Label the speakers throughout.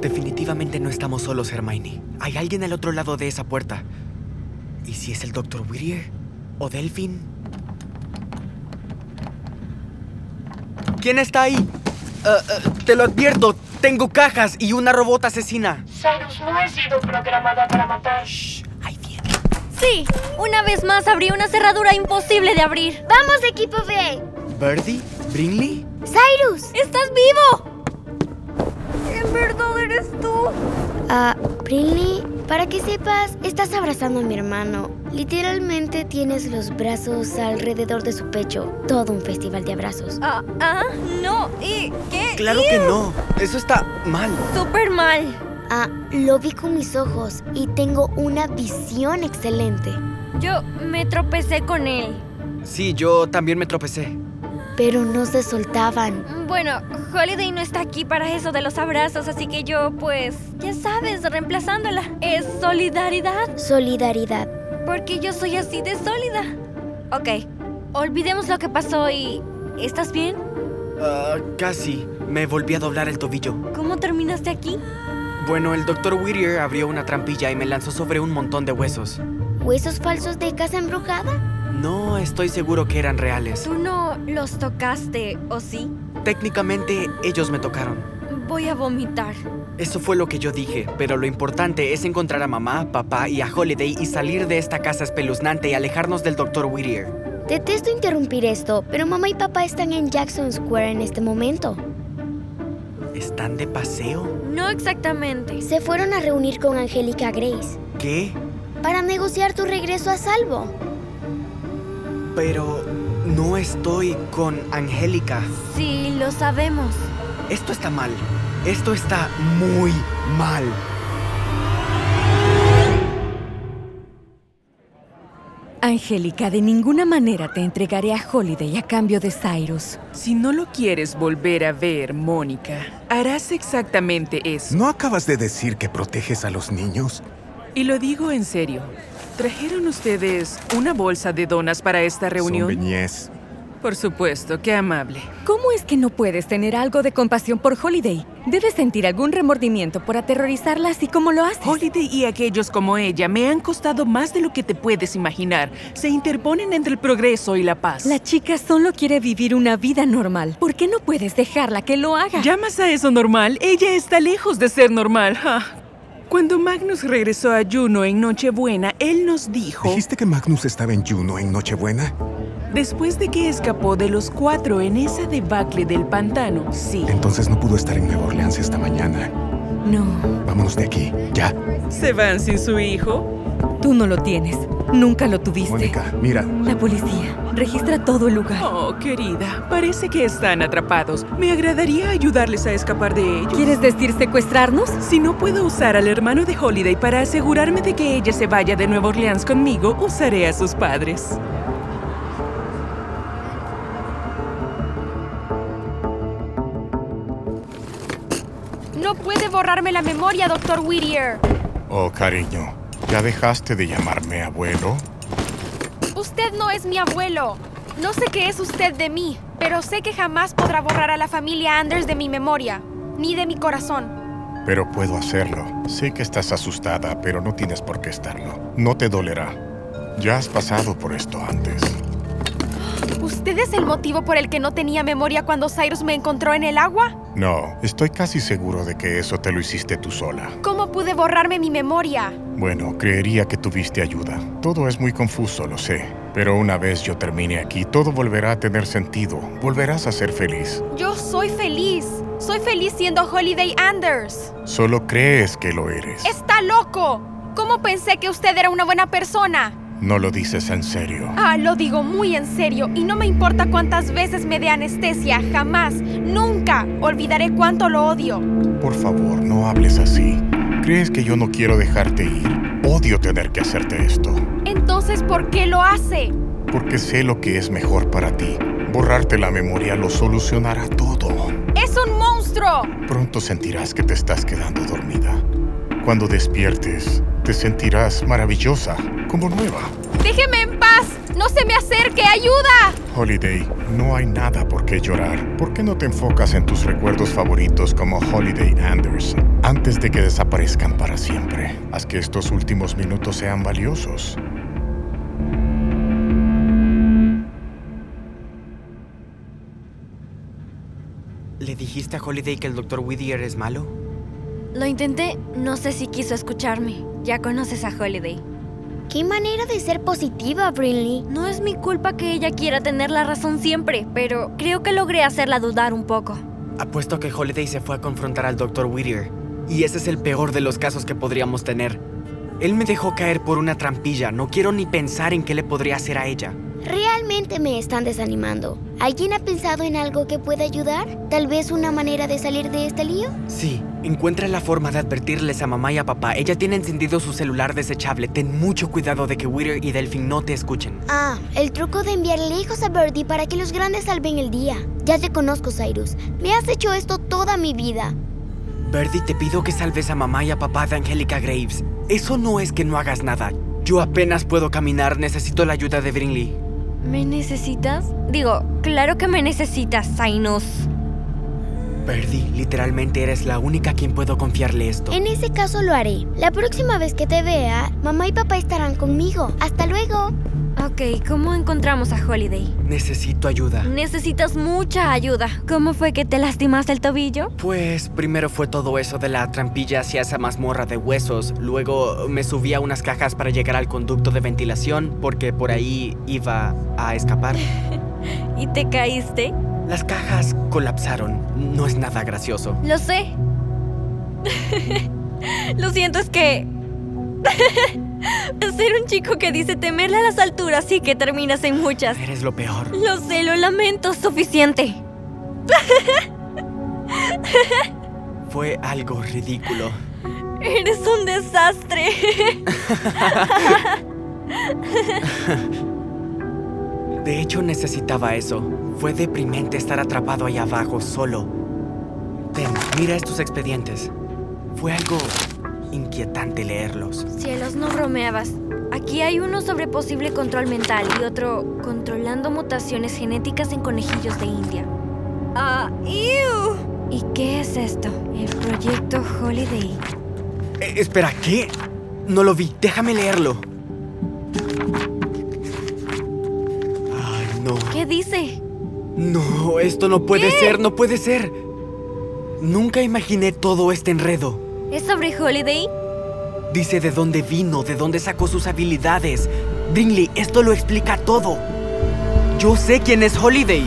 Speaker 1: Definitivamente no estamos solos, Hermione. Hay alguien al otro lado de esa puerta. ¿Y si es el Dr. Whittier? ¿O Delfin? ¿Quién está ahí? Ah, ah, te lo advierto, tengo cajas y una robot asesina.
Speaker 2: Cyrus no he sido programada para matar.
Speaker 1: Shh, ahí viene.
Speaker 3: Sí, una vez más abrí una cerradura imposible de abrir.
Speaker 4: ¡Vamos, equipo B!
Speaker 1: ¿Birdie? ¿Brinley?
Speaker 4: ¡Cyrus!
Speaker 3: ¡Estás vivo! ¿En verdad eres tú?
Speaker 4: Ah, Brinley, para que sepas, estás abrazando a mi hermano. Literalmente tienes los brazos alrededor de su pecho. Todo un festival de abrazos.
Speaker 3: Ah, ah, no. ¿Y qué?
Speaker 1: Claro que no. Eso está mal.
Speaker 3: Súper mal.
Speaker 4: Ah, lo vi con mis ojos y tengo una visión excelente.
Speaker 3: Yo me tropecé con él.
Speaker 1: Sí, yo también me tropecé.
Speaker 4: Pero no se soltaban.
Speaker 3: Bueno, Holiday no está aquí para eso de los abrazos, así que yo, pues, ya sabes, reemplazándola. Es solidaridad,
Speaker 4: Solidaridad.
Speaker 3: porque yo soy así de sólida. Ok, olvidemos lo que pasó y... ¿Estás bien?
Speaker 1: Ah, casi. Me volví a doblar el tobillo.
Speaker 3: ¿Cómo terminaste aquí?
Speaker 1: Bueno, el Dr. Whittier abrió una trampilla y me lanzó sobre un montón de huesos.
Speaker 4: ¿Huesos falsos de casa embrujada?
Speaker 1: No estoy seguro que eran reales.
Speaker 3: Tú no los tocaste, ¿o sí?
Speaker 1: Técnicamente, ellos me tocaron.
Speaker 3: Voy a vomitar.
Speaker 1: Eso fue lo que yo dije, pero lo importante es encontrar a mamá, papá y a Holiday y salir de esta casa espeluznante y alejarnos del Dr. Whittier.
Speaker 4: Detesto interrumpir esto, pero mamá y papá están en Jackson Square en este momento.
Speaker 1: ¿Están de paseo?
Speaker 3: No exactamente.
Speaker 4: Se fueron a reunir con Angélica Grace
Speaker 1: ¿Qué?
Speaker 4: para negociar tu regreso a salvo.
Speaker 1: Pero no estoy con Angélica.
Speaker 3: Sí, lo sabemos.
Speaker 1: Esto está mal. Esto está muy mal.
Speaker 5: Angélica, de ninguna manera te entregaré a Holiday a cambio de Cyrus.
Speaker 6: Si no lo quieres volver a ver, Mónica, harás exactamente eso.
Speaker 7: ¿No acabas de decir que proteges a los niños?
Speaker 6: Y lo digo en serio. ¿Trajeron ustedes una bolsa de donas para esta
Speaker 7: Son
Speaker 6: reunión?
Speaker 7: viñez.
Speaker 6: Por supuesto, qué amable.
Speaker 5: ¿Cómo es que no puedes tener algo de compasión por Holiday? Debes sentir algún remordimiento por aterrorizarla así como lo haces.
Speaker 6: Holiday y aquellos como ella me han costado más de lo que te puedes imaginar. Se interponen entre el progreso y la paz.
Speaker 5: La chica solo quiere vivir una vida normal. ¿Por qué no puedes dejarla que lo haga?
Speaker 6: ¿Llamas a eso normal? Ella está lejos de ser normal. ja. Cuando Magnus regresó a Juno en Nochebuena, él nos dijo...
Speaker 7: ¿Dijiste que Magnus estaba en Juno en Nochebuena?
Speaker 6: Después de que escapó de los cuatro en esa debacle del pantano, sí.
Speaker 7: Entonces no pudo estar en Nueva Orleans esta mañana.
Speaker 5: No,
Speaker 7: Vámonos de aquí, ya.
Speaker 6: ¿Se van sin su hijo?
Speaker 5: tú no lo tienes. Nunca lo tuviste.
Speaker 7: Mónica, mira.
Speaker 5: La policía registra todo el lugar.
Speaker 6: Oh, querida, parece que están atrapados. Me agradaría ayudarles a escapar de ellos.
Speaker 5: ¿Quieres decir secuestrarnos?
Speaker 6: Si no puedo usar al hermano de Holiday para asegurarme de que ella se vaya de Nueva Orleans conmigo, usaré a sus padres.
Speaker 3: No puede borrarme la memoria, Dr. Whittier.
Speaker 7: Oh, cariño, ¿ya dejaste de llamarme abuelo?
Speaker 3: Usted no es mi abuelo. No sé qué es usted de mí, pero sé que jamás podrá borrar a la familia Anders de mi memoria, ni de mi corazón.
Speaker 7: Pero puedo hacerlo. Sé que estás asustada, pero no tienes por qué estarlo. No te dolerá. Ya has pasado por esto antes.
Speaker 8: ¿Usted es el motivo por el que no tenía memoria cuando Cyrus me encontró en el agua?
Speaker 7: No, estoy casi seguro de que eso te lo hiciste tú sola.
Speaker 8: ¿Cómo pude borrarme mi memoria?
Speaker 7: Bueno, creería que tuviste ayuda. Todo es muy confuso, lo sé. Pero una vez yo termine aquí, todo volverá a tener sentido. Volverás a ser feliz.
Speaker 8: Yo soy feliz. Soy feliz siendo Holiday Anders.
Speaker 7: Solo crees que lo eres.
Speaker 8: ¡Está loco! ¿Cómo pensé que usted era una buena persona?
Speaker 7: No lo dices en serio.
Speaker 8: Ah, lo digo muy en serio y no me importa cuántas veces me dé anestesia, jamás, nunca olvidaré cuánto lo odio.
Speaker 7: Por favor, no hables así. ¿Crees que yo no quiero dejarte ir? Odio tener que hacerte esto.
Speaker 8: Entonces, ¿por qué lo hace?
Speaker 7: Porque sé lo que es mejor para ti. Borrarte la memoria lo solucionará todo.
Speaker 8: ¡Es un monstruo!
Speaker 7: Pronto sentirás que te estás quedando dormida. Cuando despiertes, te sentirás maravillosa, como nueva.
Speaker 8: ¡Déjeme en paz! ¡No se me acerque! ¡Ayuda!
Speaker 7: Holiday, no hay nada por qué llorar. ¿Por qué no te enfocas en tus recuerdos favoritos como Holiday Anders antes de que desaparezcan para siempre? Haz que estos últimos minutos sean valiosos.
Speaker 1: ¿Le dijiste a Holiday que el Dr. Whittier es malo?
Speaker 3: Lo intenté, no sé si quiso escucharme. Ya conoces a Holiday.
Speaker 4: ¡Qué manera de ser positiva, Brinley!
Speaker 3: No es mi culpa que ella quiera tener la razón siempre, pero creo que logré hacerla dudar un poco.
Speaker 1: Apuesto que Holiday se fue a confrontar al Dr. Whittier. Y ese es el peor de los casos que podríamos tener. Él me dejó caer por una trampilla. No quiero ni pensar en qué le podría hacer a ella.
Speaker 4: Realmente me están desanimando. ¿Alguien ha pensado en algo que pueda ayudar? ¿Tal vez una manera de salir de este lío?
Speaker 1: Sí, encuentra la forma de advertirles a mamá y a papá. Ella tiene encendido su celular desechable. Ten mucho cuidado de que Wither y Delphine no te escuchen.
Speaker 4: Ah, el truco de enviar lejos a Birdie para que los grandes salven el día. Ya te conozco, Cyrus. Me has hecho esto toda mi vida.
Speaker 1: Birdie, te pido que salves a mamá y a papá de Angélica Graves. Eso no es que no hagas nada. Yo apenas puedo caminar. Necesito la ayuda de Brinley.
Speaker 3: ¿Me necesitas? Digo, claro que me necesitas, Zainos.
Speaker 1: Birdie, literalmente eres la única a quien puedo confiarle esto.
Speaker 4: En ese caso lo haré. La próxima vez que te vea, mamá y papá estarán conmigo. Hasta luego.
Speaker 3: Ok, ¿cómo encontramos a Holiday?
Speaker 1: Necesito ayuda.
Speaker 3: Necesitas mucha ayuda. ¿Cómo fue que te lastimaste el tobillo?
Speaker 1: Pues primero fue todo eso de la trampilla hacia esa mazmorra de huesos, luego me subí a unas cajas para llegar al conducto de ventilación porque por ahí iba a escapar.
Speaker 3: ¿Y te caíste?
Speaker 1: Las cajas colapsaron, no es nada gracioso.
Speaker 3: Lo sé. Lo siento, es que... Ser un chico que dice temerle a las alturas y que terminas en muchas.
Speaker 1: Eres lo peor.
Speaker 3: Lo sé, lo lamento suficiente.
Speaker 1: Fue algo ridículo.
Speaker 3: Eres un desastre.
Speaker 1: De hecho, necesitaba eso. Fue deprimente estar atrapado ahí abajo, solo. Ten, mira estos expedientes. Fue algo inquietante leerlos.
Speaker 3: Cielos, no bromeabas. Aquí hay uno sobre posible control mental y otro controlando mutaciones genéticas en conejillos de India. ¡Ah, ew! ¿Y qué es esto? El proyecto Holiday.
Speaker 1: Eh, espera, ¿qué? No lo vi. Déjame leerlo. Ay, no.
Speaker 3: ¿Qué dice?
Speaker 1: No, esto no puede
Speaker 3: ¿Qué?
Speaker 1: ser, no puede ser. Nunca imaginé todo este enredo.
Speaker 3: ¿Es sobre Holiday?
Speaker 1: Dice de dónde vino, de dónde sacó sus habilidades. Brinley, esto lo explica todo. Yo sé quién es Holiday.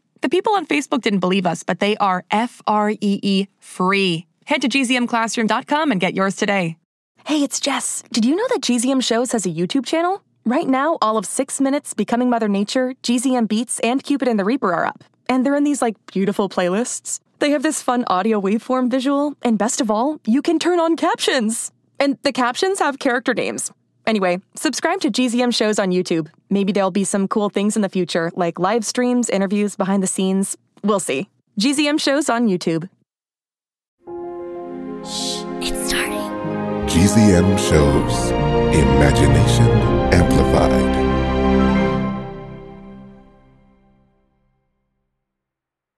Speaker 6: The people on Facebook didn't believe us, but they are F R E E free. Head to gzmclassroom.com and get yours today.
Speaker 4: Hey, it's Jess. Did you know that GZM Shows has a YouTube channel? Right now, all of Six Minutes, Becoming Mother Nature, GZM Beats, and Cupid and the Reaper are up. And they're in these, like, beautiful playlists. They have this fun audio waveform visual, and best of all, you can turn on captions. And the captions have character names. Anyway, subscribe to GZM Shows on YouTube. Maybe there'll be some cool things in the future, like live streams, interviews, behind the scenes. We'll see. GZM Shows on YouTube.
Speaker 7: GZM shows Imagination Amplified.